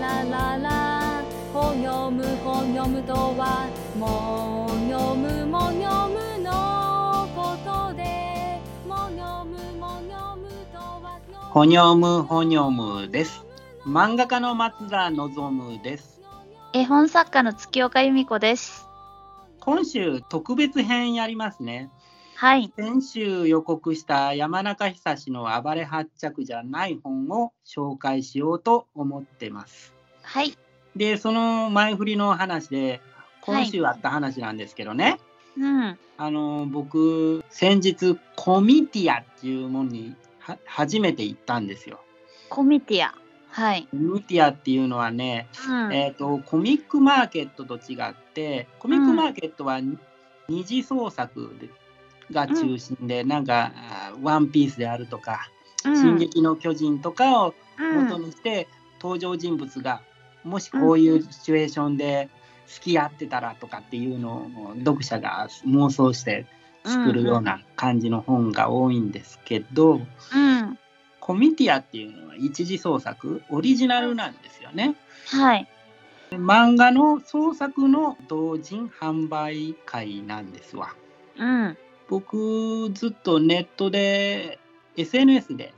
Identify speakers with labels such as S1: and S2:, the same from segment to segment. S1: ララ」「ほ読むほ読むとはもう読むも読むのことで」「も読むも読むとは
S2: ほにょむほにょむです漫画家の松田望です
S3: 絵本作家の月岡由美子です。
S2: 今週特別編やりますね
S3: はい、
S2: 先週予告した山中久志の暴れ発着じゃない本を紹介しようと思ってます
S3: はい、
S2: でその前振りの話で今週あった話なんですけどね、
S3: うん、
S2: あの僕先日コミティアっていうものには初めて行ったんですよ
S3: コミティア。はい。
S2: コミティアっていうのはね
S3: うん、
S2: えー、とコミックマーケットと違ってコミックマーケットはに二次創作でが中心で、なんかあー「ワンピースであるとか「進撃の巨人」とかを元にして、登場人物がもしこういうシチュエーションで付き合ってたらとかっていうのを読者が妄想して作るような感じの本が多いんですけど、
S3: うん、うん、
S2: コミティアっていうのは一次創作オリジナルなんですよね。
S3: はい、
S2: 漫画の創作の同人販売会なんですわ。
S3: うん、うん、
S2: 僕ずっとネットで SNS で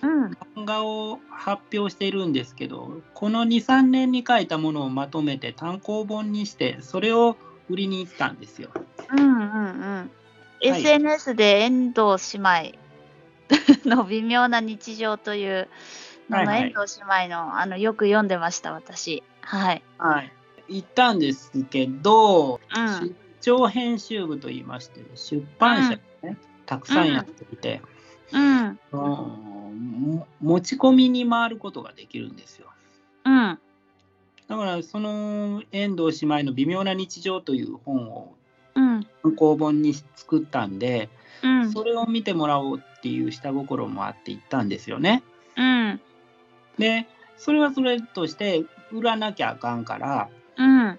S2: 漫画を発表しているんですけどこの23年に書いたものをまとめて単行本にしてそれを売りに行ったんですよ。
S3: うん、うん、うん。SNS で遠藤姉妹の微妙な日常というの
S2: はい
S3: の
S2: はい
S3: 遠藤姉妹のあのよく読んでました私。はい。
S2: はい、行ったんですけど、
S3: うん。
S2: 出張編集部といいまして出版社がね、たくさんやっていて、
S3: うん。
S2: あのも持ち込みに回ることができるんですよ。
S3: うん。
S2: だからその遠藤姉妹の「微妙な日常」という本を
S3: うん。
S2: 単行本に作ったんで、
S3: うん。
S2: それを見てもらおうっていう下心もあって行ったんですよね。
S3: うん。
S2: でそれはそれとして売らなきゃあかんから
S3: うん。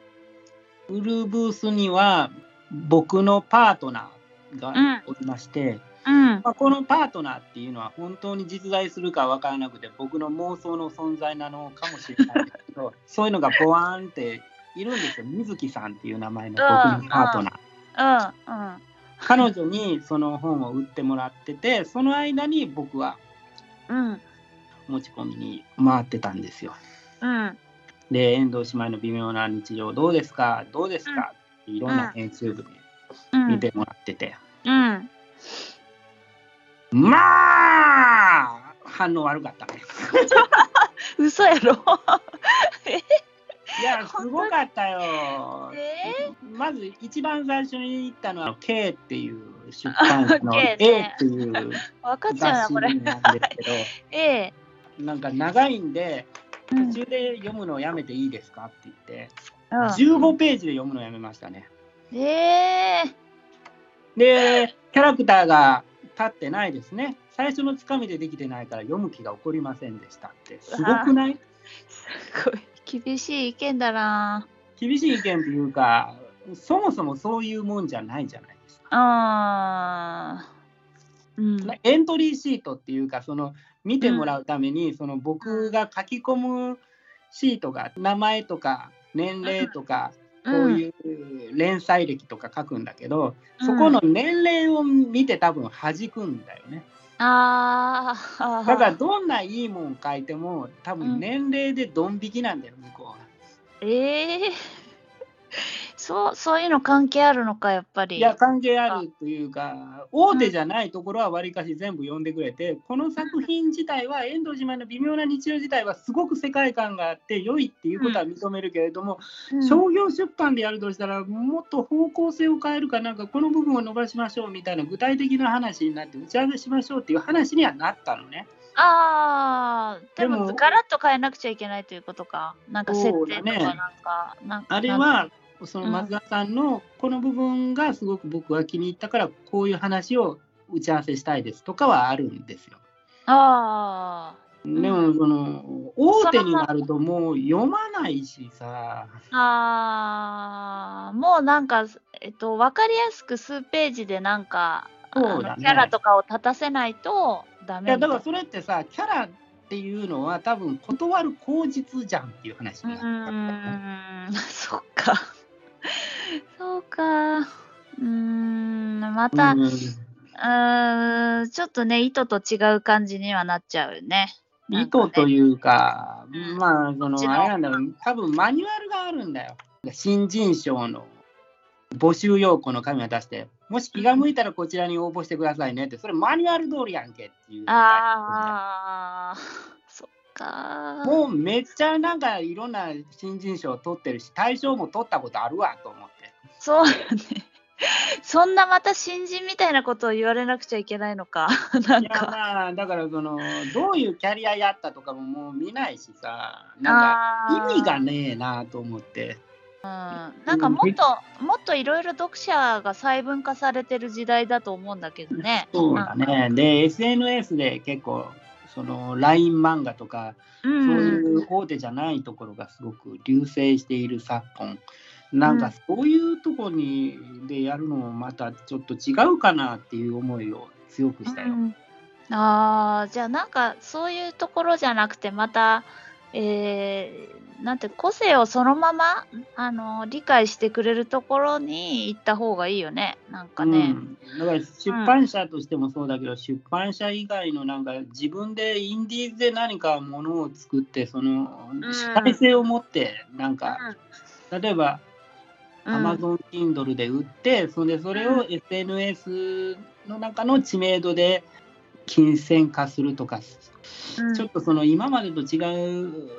S2: 売るブースには僕のパートナー
S3: うん
S2: がおりまして、
S3: うん。
S2: まあ、このパートナーっていうのは本当に実在するかわからなくて僕の妄想の存在なのかもしれないんですけ どそういうのがボワーンっているんですよ水木さんっていう名前の僕のパートナー。
S3: うん。
S2: 彼女にその本を売ってもらっててその間に僕は
S3: うん。
S2: 持ち込みに回ってたんですよ。
S3: うん。
S2: で遠藤姉妹の微妙な日常どうですかどうですか、っていろんな編集部で
S3: うん。
S2: 見てもらってて、
S3: うん。
S2: まあ反応悪かったね。
S3: 嘘やろ
S2: い や、すごかったよ。
S3: え
S2: まず一番最初に行ったのは K っていう出版社の
S3: K
S2: A
S3: ね
S2: っていう
S3: 分かっちゃうな
S2: 雑
S3: こ
S2: 誌な
S3: れ
S2: んです
S3: ええ
S2: けど、 なんか長いんで
S3: う
S2: 途
S3: ん
S2: 中で読むのをやめていいですかって言って、
S3: う
S2: 15ページで読むのをやめましたね。
S3: ん、ええ
S2: で、 キャラクターが立ってないですね。最初のつかみでできてないから読む気が起こりませんでしたって。すごくない
S3: すごい厳しい意見だな
S2: 厳しい意見というか、そもそもそういうもんじゃないじゃないですか。
S3: あーうん
S2: なエントリーシートっていうかその見てもらうために、その僕が書き込むシートが名前とか年齢とか、こう
S3: うん
S2: いう連載歴とか書くんだけど、
S3: うん
S2: そこの年齢を見て多分弾くんだよね。
S3: あー
S2: だからどんないいもん書いても多
S3: う
S2: 分
S3: ん
S2: 年齢でドン引きなんだよ向こうは。
S3: ええそうそういうの関係あるのかやっぱり
S2: いや関係あるというか大手じゃないところはわりかし全部読んでくれて、この作品自体は遠藤島の微妙な日常自体はすごく世界観があって良いっていうことは認めるけれども、
S3: うん
S2: 商業出版でやるとしたらもっと方向性を変えるかなんかこの部分を伸ばしましょうみたいな具体的な話になって打ち合わせしましょうっていう話にはなったのね。
S3: あーで
S2: で
S3: も
S2: も
S3: ガラッと変えなくちゃいけないということかなんか設定と
S2: そうだね
S3: かなんか、なんか
S2: あれはその松田さんのこの部分がすごく僕は気に入ったからこういう話を打ち合わせしたいですとかはあるんですよ。
S3: あ
S2: でもその大手になるともう読まないしさ
S3: ーあーもうなんか、えっと、分かりやすく数ページでなんか、あ
S2: そうだ
S3: の
S2: ね
S3: キャラとかを立たせないとダ
S2: い
S3: メ
S2: や
S3: みた
S2: だ
S3: いな
S2: からそれってさキャラっていうのは多分断る口実じゃんっていう話
S3: う
S2: になったんだよね
S3: ーん、 そっか。そうか。うーん、また、う
S2: うん
S3: ーん、ちょっとね、意図と違う感じにはなっちゃうよね。
S2: 意図というか、
S3: うん
S2: まあ、その
S3: 違う、
S2: あれなんだろう、多分マニュアルがあるんだよ。新人賞の募集要項の紙を出して、もし気が向いたらこちらに応募してくださいねって、それマニュアル通りやんけっていう。
S3: ああ、そっか。
S2: もうめっちゃなんかいろんな新人賞を取ってるし、大賞も取ったことあるわと思って。
S3: そうよね。 そんなまた新人みたいなことを言われなくちゃいけないのか。 ないん
S2: や
S3: か。
S2: まあ、だからその、どういうキャリアやったとかももう見ないしさ、なんか
S3: あー
S2: 意味がねえなと思って。
S3: うんなんかもっと、もっといろいろ読者が細分化されてる時代だと思うんだけどね。
S2: そうだね。で、SNS で結構、その LINE 漫画とか、
S3: うん。
S2: そういうう大手じゃないところがすごく流星している昨今、なん
S3: う
S2: か
S3: ん
S2: そういうとこにでやるのもまたちょっと違うかなっていう思いを強くしたよ。
S3: んああ、じゃあなんかそういうところじゃなくて、また、えー、なんて個性をそのまま、あの理解してくれるところに行った方がいいよね。なんかね。
S2: うん、だから出版社としてもそうだけど、出版社以外のなんか自分でインディーズで何かものを作ってその
S3: ん
S2: 主体性を持ってなんか、例えば
S3: うん
S2: アマゾン Kindle で売って、それでそれを SNS の中の知名度で金銭化するとか、
S3: うん
S2: ちょっとその今までと違う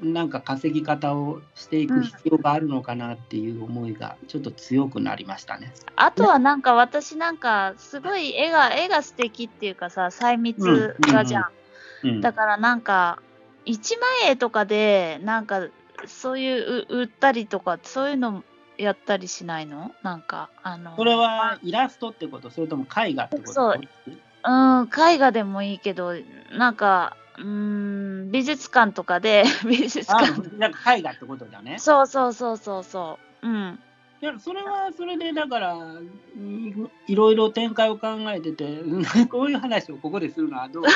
S2: なんか稼ぎ方をしていく必要があるのかなっていう思いがちょっと強くなりましたね。
S3: あとはなんか私なんかすごい絵が絵が素敵っていうかさ細密画じゃん。
S2: うん、
S3: だからなんか一枚絵とかでなんかそういうう売ったりとかそういうのやったりしないのなんかあの
S2: それはイラストってことそれとも絵画ってこと
S3: そううん絵画でもいいけどなんかうーん美術館とかで 美術
S2: あ
S3: 館
S2: なんか絵画ってことだね。
S3: そうそうそうそうそううん
S2: いやそれはそれでだからうんいろいろ展開を考えてて うんこういう話をここでするのはどうか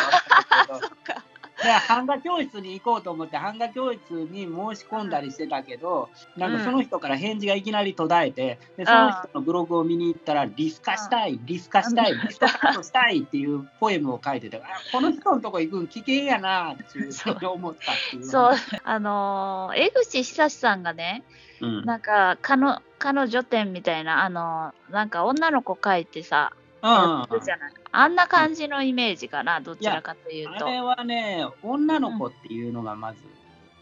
S2: 分 かんないけど
S3: か
S2: いや版画教室に行こうと思って版画教室に申し込んだりしてたけどなん
S3: うん
S2: かその人から返事がいきなり途絶えてでその人のブログを見に行ったらリス化したいリス化したいリス化カットしたいっていうポエムを書いててあこの人のとこ行くん危険やなっていうふうに思ったっていう。
S3: そうあのー江口久志さんがね
S2: うん
S3: なんか彼女彼女展みたいなあのなんか女の子描いてさやってるじゃないあんな感じのイメージかなどちらかという
S2: あ
S3: と。
S2: れはね、女の子っていうのがまず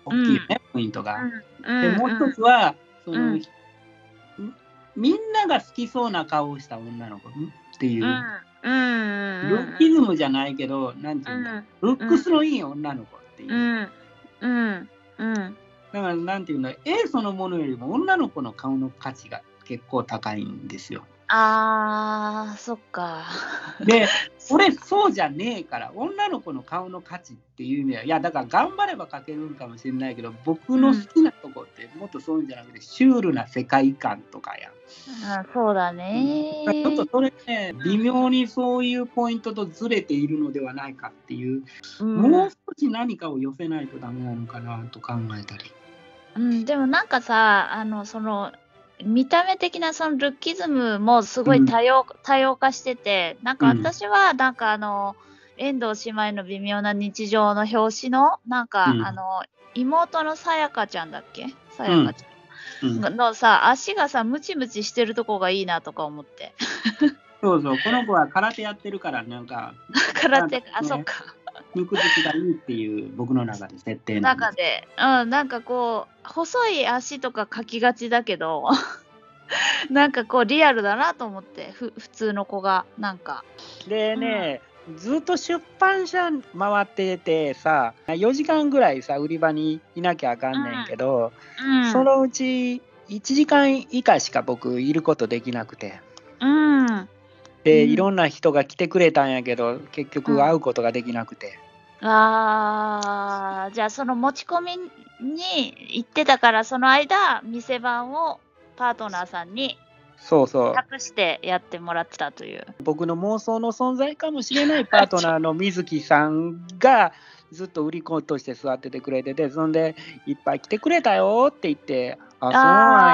S2: 大きいよね、ポイントが。
S3: うん
S2: でもう一つは、その、
S3: うん
S2: ひみんなが好きそうな顔をした女の子っていうう、
S3: ん
S2: ルッキズムじゃないけど、なんていううんだ、
S3: ん
S2: ルックスのいい女の子っていう。
S3: うんうんうん
S2: だから、なんていうんだ、絵そのものよりも女の子の顔の価値が結構高いんですよ。
S3: あーそっか。
S2: で、俺そうじゃねえから女の子の顔の価値っていう意味はいやだから頑張れば描けるんかもしれないけど僕の好きなとこってもっとそういうんじゃなくてシュールな世界観とかやん、
S3: あそうだね
S2: ちょっとそれね微妙にそういうポイントとずれているのではないかっていう、
S3: うん
S2: もう少し何かを寄せないとダメなのかなと考えたり
S3: うん、でもなんかさあのその見た目的なそのルッキズムもすごい多様,、多様化しててなんか
S2: うん
S3: 私はなんかあの、遠藤姉妹の微妙な日常の表紙のなんか、
S2: うん
S3: あの妹のさやかちゃんだっけさやかち
S2: うん、
S3: ゃんのさ足がさムチムチしてるとこがいいなとか思って
S2: そうそうこの子は空手やってるから なんか
S3: 空手あ
S2: ね
S3: そっか
S2: 肉付きがいいっていう僕の中で設定なんで
S3: 中
S2: す
S3: で、うん、なんかこう細い足とか描きがちだけど なんかこうリアルだなと思ってふ普通の子がなんか
S2: でね、ずっと出版社回っててさ4時間ぐらいさ売り場にいなきゃあかんねんけど、
S3: うん
S2: そのうち1時間以下しか僕いることできなくて
S3: うん
S2: で、
S3: うん
S2: いろんな人が来てくれたんやけど結
S3: うん
S2: 局会うことができなくて、
S3: あーじゃあその持ち込みに行ってたからその間店番をパートナーさんに
S2: そうそう
S3: 託してやってもらってたという
S2: 僕の妄想の存在かもしれないパートナーの水木さんがずっと売り子として座っててくれてて、そんで、いっぱい来てくれたよって言って、あ、そうなんや。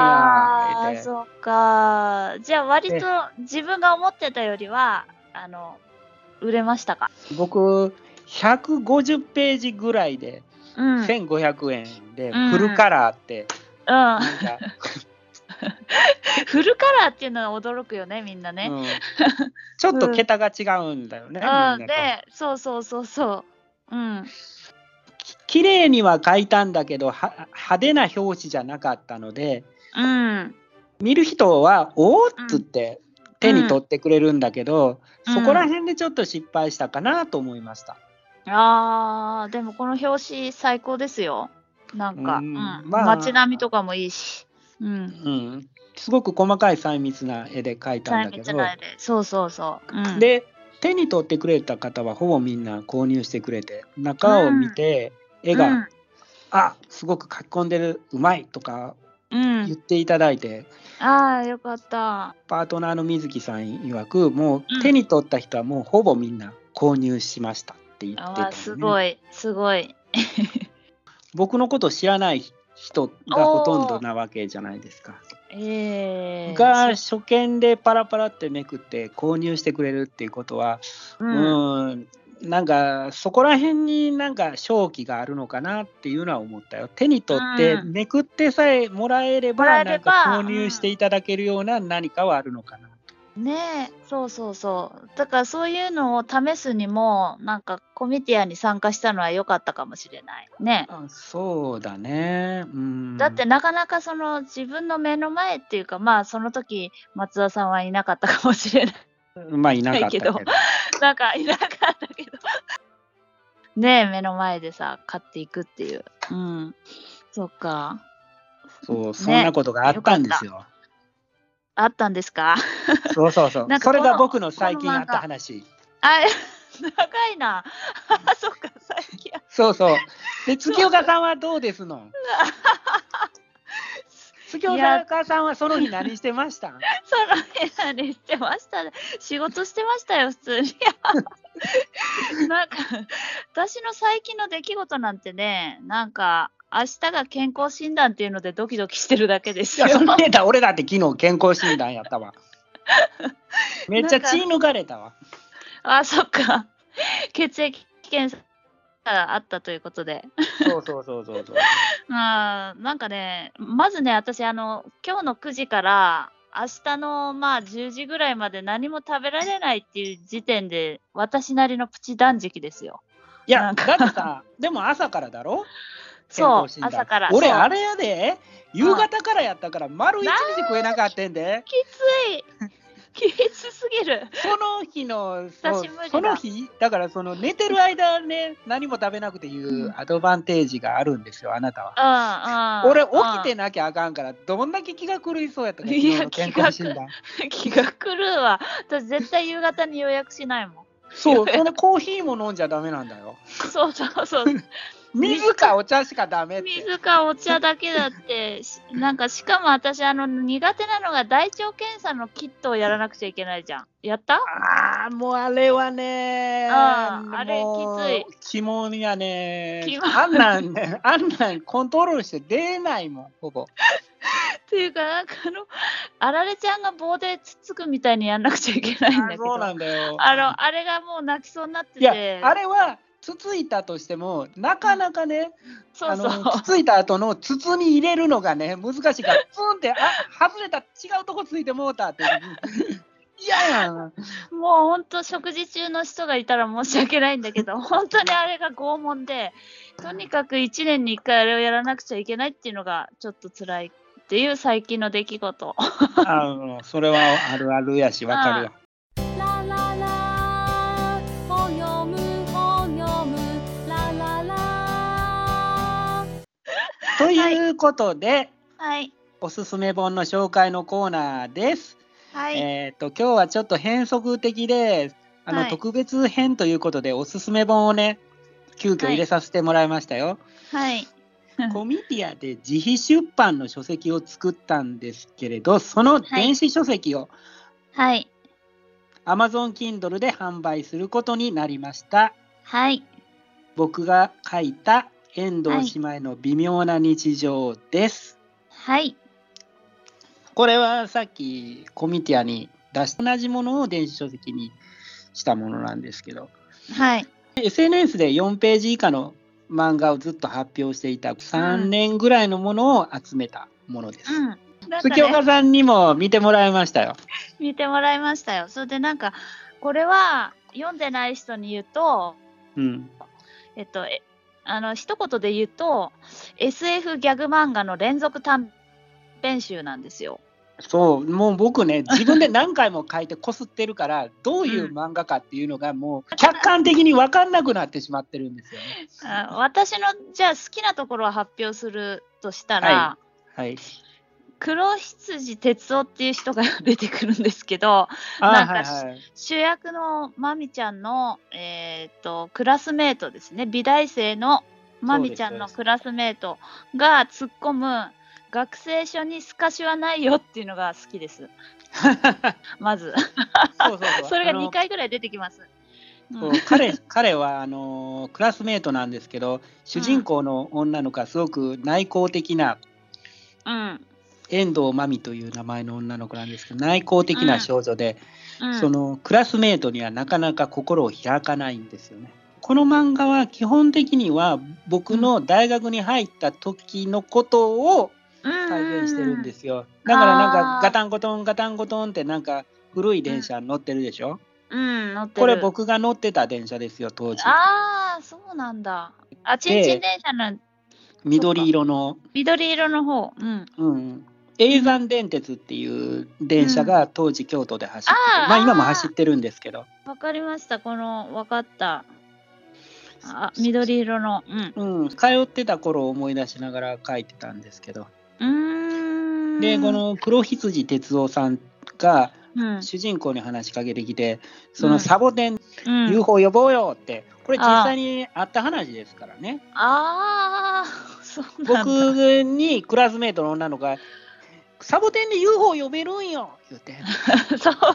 S3: あー
S2: 言うて
S3: そっか。じゃあ割と自分が思ってたよりは、あの、売れましたか。
S2: 僕、150ページぐらいで、
S3: うん。うん。
S2: 1500円で、
S3: うん
S2: フルカラーって、なんか
S3: フルカラーっていうのは驚くよね、みんなね。
S2: うんちょっと桁が違うんだよね。
S3: う、
S2: みんなんと
S3: で、そうそうそうそう。うん。
S2: き綺麗には描いたんだけどは派手な表紙じゃなかったので
S3: うん。
S2: 見る人は「おお!」っつって手に取ってくれるんだけど、
S3: うん
S2: そこら辺でちょっと失敗したかなと思いました。
S3: あー、でもこの表紙最高ですよ。なんか、
S2: う
S3: うんん
S2: まあ
S3: 街並みとかもいいし。うん。
S2: うん、すごく細かい細密な絵で描いたんだけ
S3: じゃ
S2: ど、
S3: ないで。そうそうそう。うん、、
S2: で手に取ってくれた方はほぼみんな購入してくれて中を見て絵が「
S3: うん。
S2: あすごく描き込んでるうまい!」とか
S3: うん
S2: 言っていただいて、
S3: ああ、よかった。
S2: パートナーの水木さん曰くも
S3: うん
S2: う手に取った人はもうほぼみんな購入しましたって言ってた、ね
S3: ああ、すごい、すごい。
S2: 僕のこと知らない人がほとんどなわけじゃないですか。
S3: ええ
S2: が初見でパラパラってめくって購入してくれるっていうことは
S3: う、
S2: うんんなんかそこら辺になんか勝機があるのかなっていうのは思ったよ手に取って
S3: うん
S2: めくってさえもらえれば
S3: もらえ
S2: な
S3: れ
S2: ん
S3: ば
S2: か購入していただけるような何かはあるのかな。
S3: ねえ、そうそうそう。だからそういうのを試すにも、なんかコミティアに参加したのは良かったかもしれない。ねえ。
S2: あそうだね。うん、
S3: だってなかなかその自分の目の前っていうか、まあその時松田さんはいなかったかもしれない。
S2: まあいなかったけど。
S3: ないけなんかいなかったけど。ねえ、目の前でさ、買っていくっていう。うん。そっか。
S2: そう、そんなことがあったんですよ。
S3: あったんですか
S2: そうそうそう
S3: なん。か
S2: そ
S3: この
S2: れが僕の最近あった話。
S3: あ、長いな。 あそっか、最近。
S2: そうそう。で、月岡さんはどうですの月岡さんはその日何してました
S3: その辺にしてましたね。仕事してましたよ、普通に。 なんか、私の最近の出来事なんてね、なんか、明日が健康診断っていうのでドキドキしてるだけです
S2: いや、
S3: よ。
S2: そのデータ俺だって昨日健康診断やったわ。めっちゃ血抜かれたわ。
S3: あ、そっか。血液検査があったということで。
S2: そうそうそうそう そう。
S3: あーなんかね、まずね、私、あの、今日の9時から、明日のまあ10時ぐらいまで何も食べられないっていう時点で、私なりのプチ断食ですよ。
S2: い
S3: な
S2: や、
S3: ん
S2: だってさ、でも朝からだろ
S3: そう
S2: 健康診、断
S3: 朝から。
S2: 俺、
S3: そう
S2: あれやで、夕方からやったから、丸一日食えなかったんで。
S3: きつい。きつすぎる。
S2: その日のそ
S3: 久
S2: う
S3: しぶりだ
S2: その日だからその寝てる間ね何も食べなくていうアドバンテージがあるんですよあなたは。
S3: うんうん。
S2: 俺起きて
S3: て
S2: なきゃあかんからどんだけ気が狂いそうやったか
S3: いや
S2: 昨日の健康診断
S3: 気が狂うわ。私、絶対夕方に予約しないもん。
S2: そうそのコーヒーも飲んじゃダメなんだよ
S3: そうそう そう。
S2: 水かお茶しかダメって
S3: 水かお茶だけだって、しなんかしかも私、あの、苦手なのが大腸検査のキットをやらなくちゃいけないじゃん。やった
S2: ああもうあれはね
S3: あーあれ
S2: もう
S3: き
S2: 肝にはね
S3: 肝
S2: あんなんねあんなんコントロールして出ないもんほぼ
S3: っていうか、なんかあの、あられちゃんが棒でつっつくみたいにやらなくちゃいけないんだけ
S2: あーそ
S3: ど。
S2: うなんだよ
S3: あの、あれがもう泣きそうになって
S2: いや
S3: て。
S2: あれはつついたとしてもなかなかね、
S3: そうそう。
S2: あのつついた後の筒に入れるのがね難しいからツンってあ外れた違うとこついてもう たって嫌やや ん
S3: もう本当食事中の人がいたら申し訳ないんだけど 本当にあれが拷問でとにかく1年に1回あれをやらなくちゃいけないっていうのがちょっと辛いっていう最近の出来事
S2: あのそれはあるあるやしわかるよ
S1: ラララほよむほよむラララ
S2: ということで、
S3: はい
S2: おすすめ本の紹介のコーナーです、
S3: はい、
S2: えっ、と今日はちょっと変則的であの、
S3: はい
S2: 特別編ということでおすすめ本をね急遽入れさせてもらいましたよ、
S3: はい
S2: コミティアで自費出版の書籍を作ったんですけれど、その電子書籍を
S3: はい
S2: Amazon Kindle で販売することになりました。
S3: はい
S2: 僕が書いた遠藤姉妹の微妙な日常です。
S3: はい。
S2: これはさっきコミティアに出した同じものを電子書籍にしたものなんですけど、
S3: はい。
S2: SNS で4ページ以下の漫画をずっと発表していた3年ぐらいのものを集めたものです。
S3: うん。なんか
S2: 月岡
S3: ね、
S2: さんにも見てもらいましたよ。
S3: 見てもらいましたよ。それでなんか、これは読んでない人に言うと、
S2: うん。
S3: えっと、えあの、一言で言うと、SF ギャグ漫画の連続短編集なんですよ。
S2: そう、もう僕 ね、自分で何回も書いてこすってるから、どういう漫画かっていうのがもう客観的に分かんなくなってしまってるんですよね。
S3: あ私の、じゃあ好きなところを発表するとしたら、
S2: ははい。
S3: 黒羊哲夫っていう人が出てくるんですけど
S2: あ
S3: なんか
S2: はいはい。
S3: 主役のまみちゃんの、えー、とクラスメートですね美大生のまみちゃんのクラスメートが突っ込む学生書に透かしはないよっていうのが好き ですまず
S2: そうそうそ う
S3: それが
S2: あの
S3: 2回ぐらい出てきます、うん
S2: こう彼 彼はあのークラスメートなんですけど主人公の女の子はすごく内向的な
S3: うん
S2: 遠藤真美という名前の女の子なんですけど内向的な少女で、
S3: うん、
S2: そのクラスメートにはなかなか心を開かないんですよね。この漫画は基本的には僕の大学に入った時のことを再現してるんですすよ。だからなん
S3: あー
S2: かガタンゴトンガタンゴトンってなんか古い電車に乗ってるでしょ。
S3: うん、乗ってる
S2: これ僕が乗ってた電車ですよ当時。
S3: ああそうなんだあちんちん電車の
S2: 緑色の
S3: 緑色の方うん
S2: うん、永山電鉄っていう電車が当時京都で走ってて、
S3: あー
S2: まあ今も走ってるんですけど、
S3: わかりました、この、わかった。あ、緑色の。うん。
S2: うん、通ってた頃を思い出しながら書いてたんですけど、
S3: うーん。
S2: でこ、の黒羊哲夫さんが
S3: うん。
S2: 主人公に話しかけてきて、そうの
S3: ん
S2: サボテン、
S3: うん、
S2: UFO 呼ぼうよって、これ実際にあった話ですからね。
S3: ああ、そうなんだ。
S2: 僕にクラスメートの女の子が、サボテンで UFO 呼べるんよ 言って、
S3: そうか。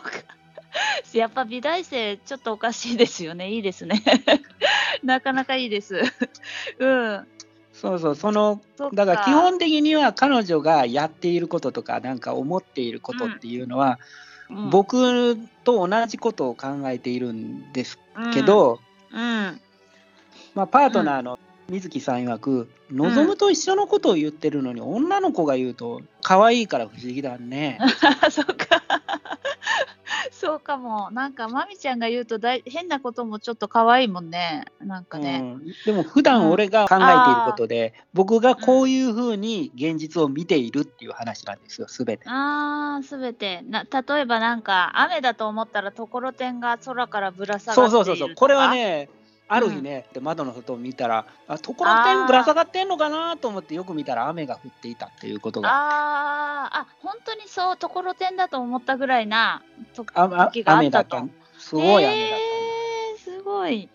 S3: やっぱ美大生、ちょっとおかしいですよね。いいですね。 なかなかいいです。うん。
S2: そうそう、その
S3: そっ
S2: だから基本的には彼女がやっていることとかなんか思っていることっていうのは、
S3: うん、
S2: 僕と同じことを考えているんですけど、
S3: うん、
S2: まあ、パートナーの水木さん曰く望むと一緒のことを言ってるのに女の子が言うと可愛いから不思議だね。
S3: あそうか。 そうかも。なんか、まみちゃんが言うとだい、変なこともちょっと可愛いもんね。なんかね。
S2: うんでも普段俺が考えていることで、僕がこういうふうに現実を見ているっていう話なんですよ全て。
S3: ああ、すべてな。例えばなんか、雨だと思ったら、ところてんが空からぶら下が
S2: そう
S3: っている
S2: そうそうそう
S3: とか
S2: これは。ねある日ね、で窓の外を見たらあところてんぶら下がってんのかなと思ってよく見たら雨が降っていたっていうことが
S3: あーあ、本当にそう、ところてんだと思ったぐらいなと
S2: ああ
S3: 時があ
S2: 雨
S3: っ
S2: だ
S3: た
S2: った
S3: と。
S2: すごい
S3: え
S2: 雨だった、
S3: ー、すごい。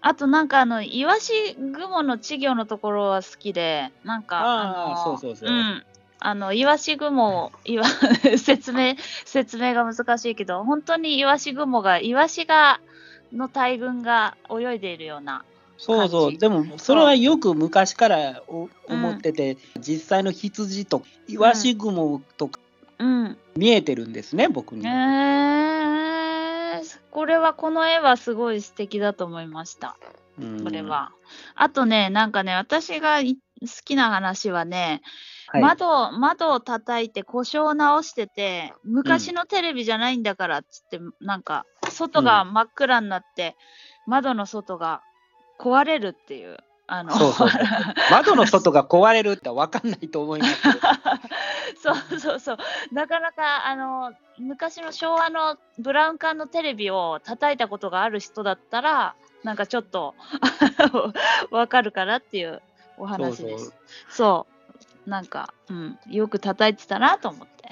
S3: あとなんかあの、イワシ雲の稚魚のところは好きで、なんか、
S2: あー
S3: の
S2: そうそうそう
S3: うん。あの、イワ シ雲を、いわ説明、説明が難しいけど、本当にイワシ雲が、イワシが、の大群が泳いでいるような。
S2: そうそ
S3: 感
S2: う
S3: じ
S2: でもそれはよく昔からお思ってて、実際の羊とかイワシ雲とか
S3: うん。
S2: 見えてるんですね、僕に
S3: え
S2: は。
S3: ー、これは、この絵はすごい素敵だと思いました。
S2: うん
S3: これ、は。あとね、なんかね、私がい好きな話はね、
S2: はい
S3: 窓窓を叩いて故障を直してて、昔のテレビじゃないんだからっつって、なんか、外が真っ暗になって、窓の外が壊れるっていう。あの
S2: そうそうそう窓の外が壊れるって分かんないと思 いますけど
S3: そうそうそうなかなかあの昔の昭和のブラウン管のテレビを叩いたことがある人だったらなんかちょっと あのわかるかなっていうお話です。
S2: そ
S3: そううなんか、うん、よく叩いてたなと思って。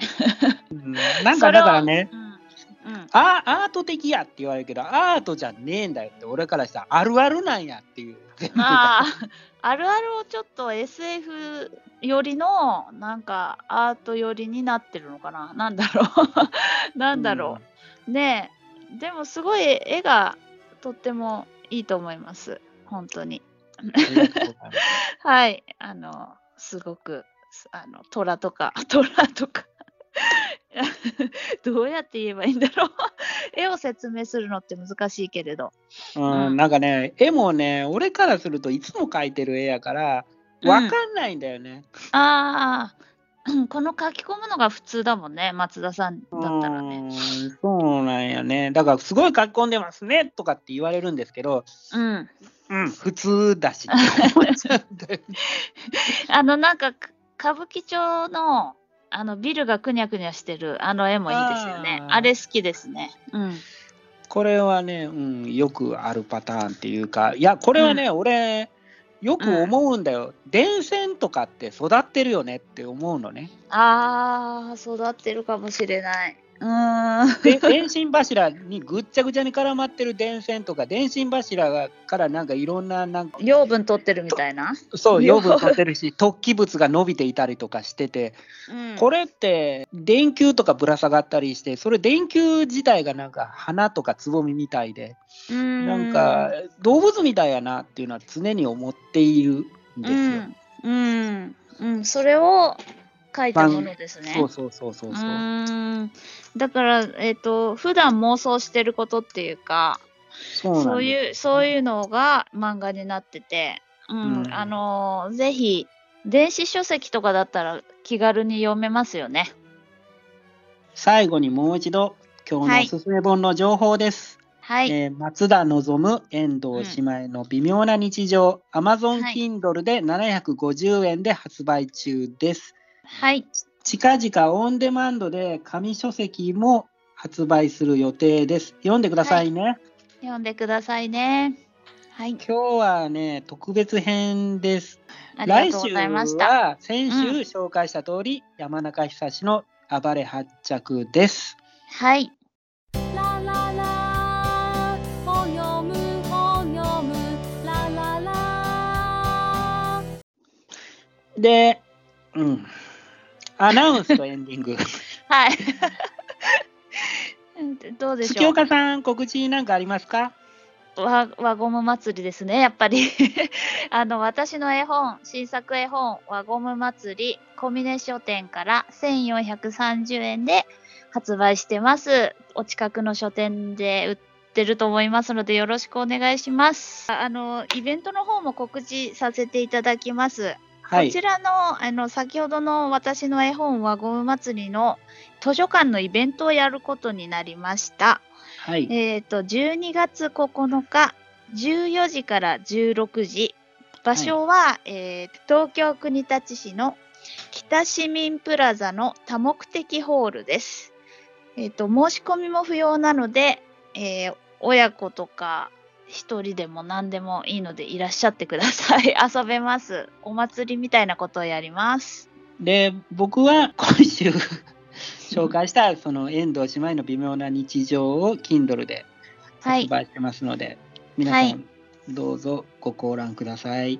S2: うんなんかだからね
S3: それをうんうん
S2: あアート的やって言われるけどアートじゃねえんだよって俺からしたらあるあるなんやっていう全部が
S3: まあ、 あるあるをちょっと SF よりの、なんかアートよりになってるのかな。なんだろう。 なんだろう。ねえ。でもすごい絵がとってもいいと思います。本当に。
S2: ありがとうございます
S3: はい、あの、すごく、すあの、虎とか、 虎とか。どうやって言えばいいんだろう 絵を説明するのって難しいけれど、
S2: う、
S3: うんん
S2: なんかね、絵もね、俺からするといつも描いてる絵やから、わかんないんだよね。
S3: ああうん この書き込むのが普通だもんね松田さんだったらね
S2: うんそうなんやね。だから、すごい書き込んでますねとかって言われるんですけど、
S3: うん
S2: うん、普通 だし って思っちゃうんだよね
S3: あのなんかか歌舞伎町のあのビルがくにゃくにゃしてるあの絵もいいですよね
S2: あー
S3: あれ好きですねうん
S2: これはね、うん、よくあるパターンっていうか、いや、これはね、俺、よく思うんだよ。電線とかって育ってるよねって思うの ね。
S3: あー育ってるかもしれないうーん
S2: で電信柱にぐっちゃぐちゃに絡まってる電線とか電信柱からなんかいろんななんか
S3: 養分取ってるみたいな。
S2: そう養
S3: 養
S2: 分取ってるし 突起物が伸びていたりとかしてて
S3: うん
S2: これって電球とかぶら下がったりしてそれ電球自体がなんか花とかつぼみみたいで
S3: な
S2: なんか動物みたいやなっていうのは常に思っているんですよ。
S3: うん、うん、うん、それを書いたものですね。
S2: そうそうそうそう
S3: う
S2: そう。
S3: ーんだから、えっと普段妄想してることっていうか
S2: そ
S3: そう
S2: なんです
S3: いうそういうのが漫画になってて、うん
S2: うん
S3: あのーぜひ電子書籍とかだったら気軽に読めますよね。
S2: 最後にもう一度今日のおすすめ本の情報です。
S3: はい、
S2: えー松田望遠藤姉妹の微妙な日常、Amazon
S3: はい
S2: Kindle で750円で発売中です。
S3: はい、
S2: 近々オンデマンドで紙書籍も発売する予定です。読んでくださいね。
S3: 読んでくださいね。はい、
S2: 今日はね、特別編です。
S3: ありが
S2: 来
S3: とう
S2: 週
S3: ございました。
S2: は先週紹介した通り、山中久志の暴れ発着です。
S3: はい、
S1: ラララを読むを読むラララ
S2: で、うん。アナウンスとエンディン グ。
S3: はい。 どうでしょう
S2: 月岡さん、告知なんかありますか
S3: わ輪ゴム祭りですね、やっぱり あの。私の絵本、新作絵本、輪ゴム祭り、小峰書店から1430円で発売してます。お近くの書店で売ってると思いますので、よろしくお願いします。ああのイベントの方も告知させていただきます。
S2: はい
S3: こち。らのあの先ほどの私の絵本輪ゴム祭りの図書館のイベントをやることになりました。
S2: はい。
S3: えっ、と、12月9日、14時から16時。場所は、えー東京国立市の北市民プラザの多目的ホールです。えっ、と、申し込みも不要なので、えー親子とか、一人でも何でもいいのでいらっしゃってください。 遊べます。お祭りみたいなことをやります。
S2: で、僕は今週紹介したその遠藤姉妹の微妙な日常を Kindle で
S3: は
S2: 発
S3: い。
S2: 売してますので、皆さん、
S3: はい
S2: どうぞご購覧ください。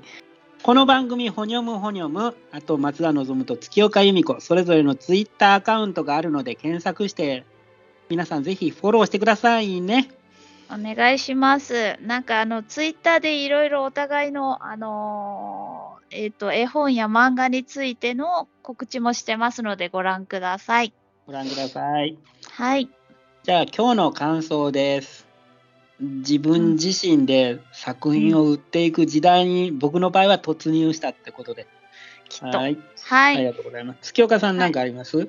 S2: この番組、ほにょむほにょむ、あと松田望と月岡由美子、それぞれのツイッターアカウントがあるので検索して、皆さんぜひフォローしてくださいね。
S3: お願いします。なんかあのツイッターでいろいろお互いのあのーえっ、と絵本や漫画についての告知もしてますのでご覧ください。
S2: ご覧ください。
S3: はい。
S2: じゃあ今日の感想です。自分自身で作品を売っていく時代に僕の場合は突入したってことで。
S3: きっと。は。
S2: はいい。ありがとうございます。月岡さん何かあります、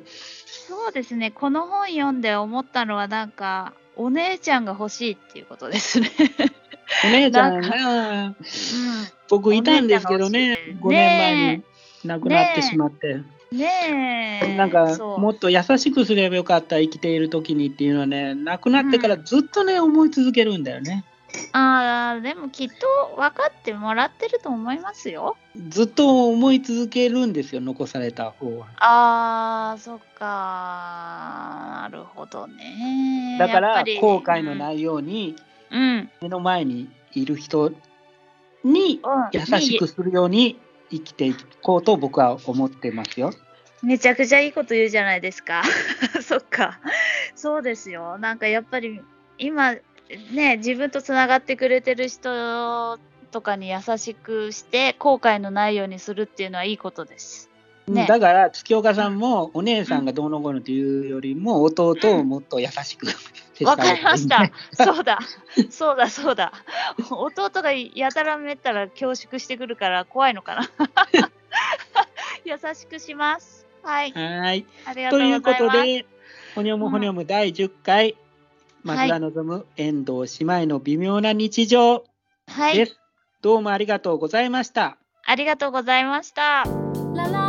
S3: そうですね。この本読んで思ったのはなんかお姉ちゃんが欲しいっていうことですね。
S2: お姉ちゃん
S3: なん
S2: が
S3: う
S2: 僕いたんですけどね、5
S3: お姉ちゃ
S2: 年
S3: んが欲しい
S2: 前に亡くなってしまって、
S3: ん。ねえ。
S2: なんか
S3: そう
S2: もっと優しくすればよかった生きている時にっていうのはね亡くなってからずっとね、思い続けるんだよね
S3: ああでもきっと分かってもらってると思いますよ。
S2: ずっと思い続けるんですよ残された方は
S3: ああそっかなるほどね。
S2: だか
S3: やっぱ
S2: ら
S3: り
S2: 後悔の
S3: い。
S2: ないよう
S3: うん。
S2: に、
S3: うん
S2: 目の前にいる人に優しくするように生きていこうと僕は思ってますよ。
S3: めちゃくちゃいいこと言うじゃないですか。 そっか。そうですよ。なんかやっぱり今ね自分とつながってくれてる人とかに優しくして後悔のないようにするっていうのはいいことです。ね
S2: だから月岡さんもお姉さんがどうのこうのというよりも弟をもっと優しく接
S3: わ
S2: さ
S3: か
S2: れる
S3: りま した。そうだ。そうだ、そうだ。弟がやたらめったら恐縮してくるから怖いのかな。優しくします。はい。
S2: はい
S3: ありがと
S2: と
S3: うござ
S2: い
S3: いうま
S2: こ
S3: す。
S2: とで「ほにょむほにょむ」第10回松
S3: は
S2: 田
S3: い
S2: 望む遠藤姉妹の微妙な日常
S3: は
S2: で
S3: い。
S2: す、どうもありがとうございました。
S3: ありがとうございました。
S1: ララ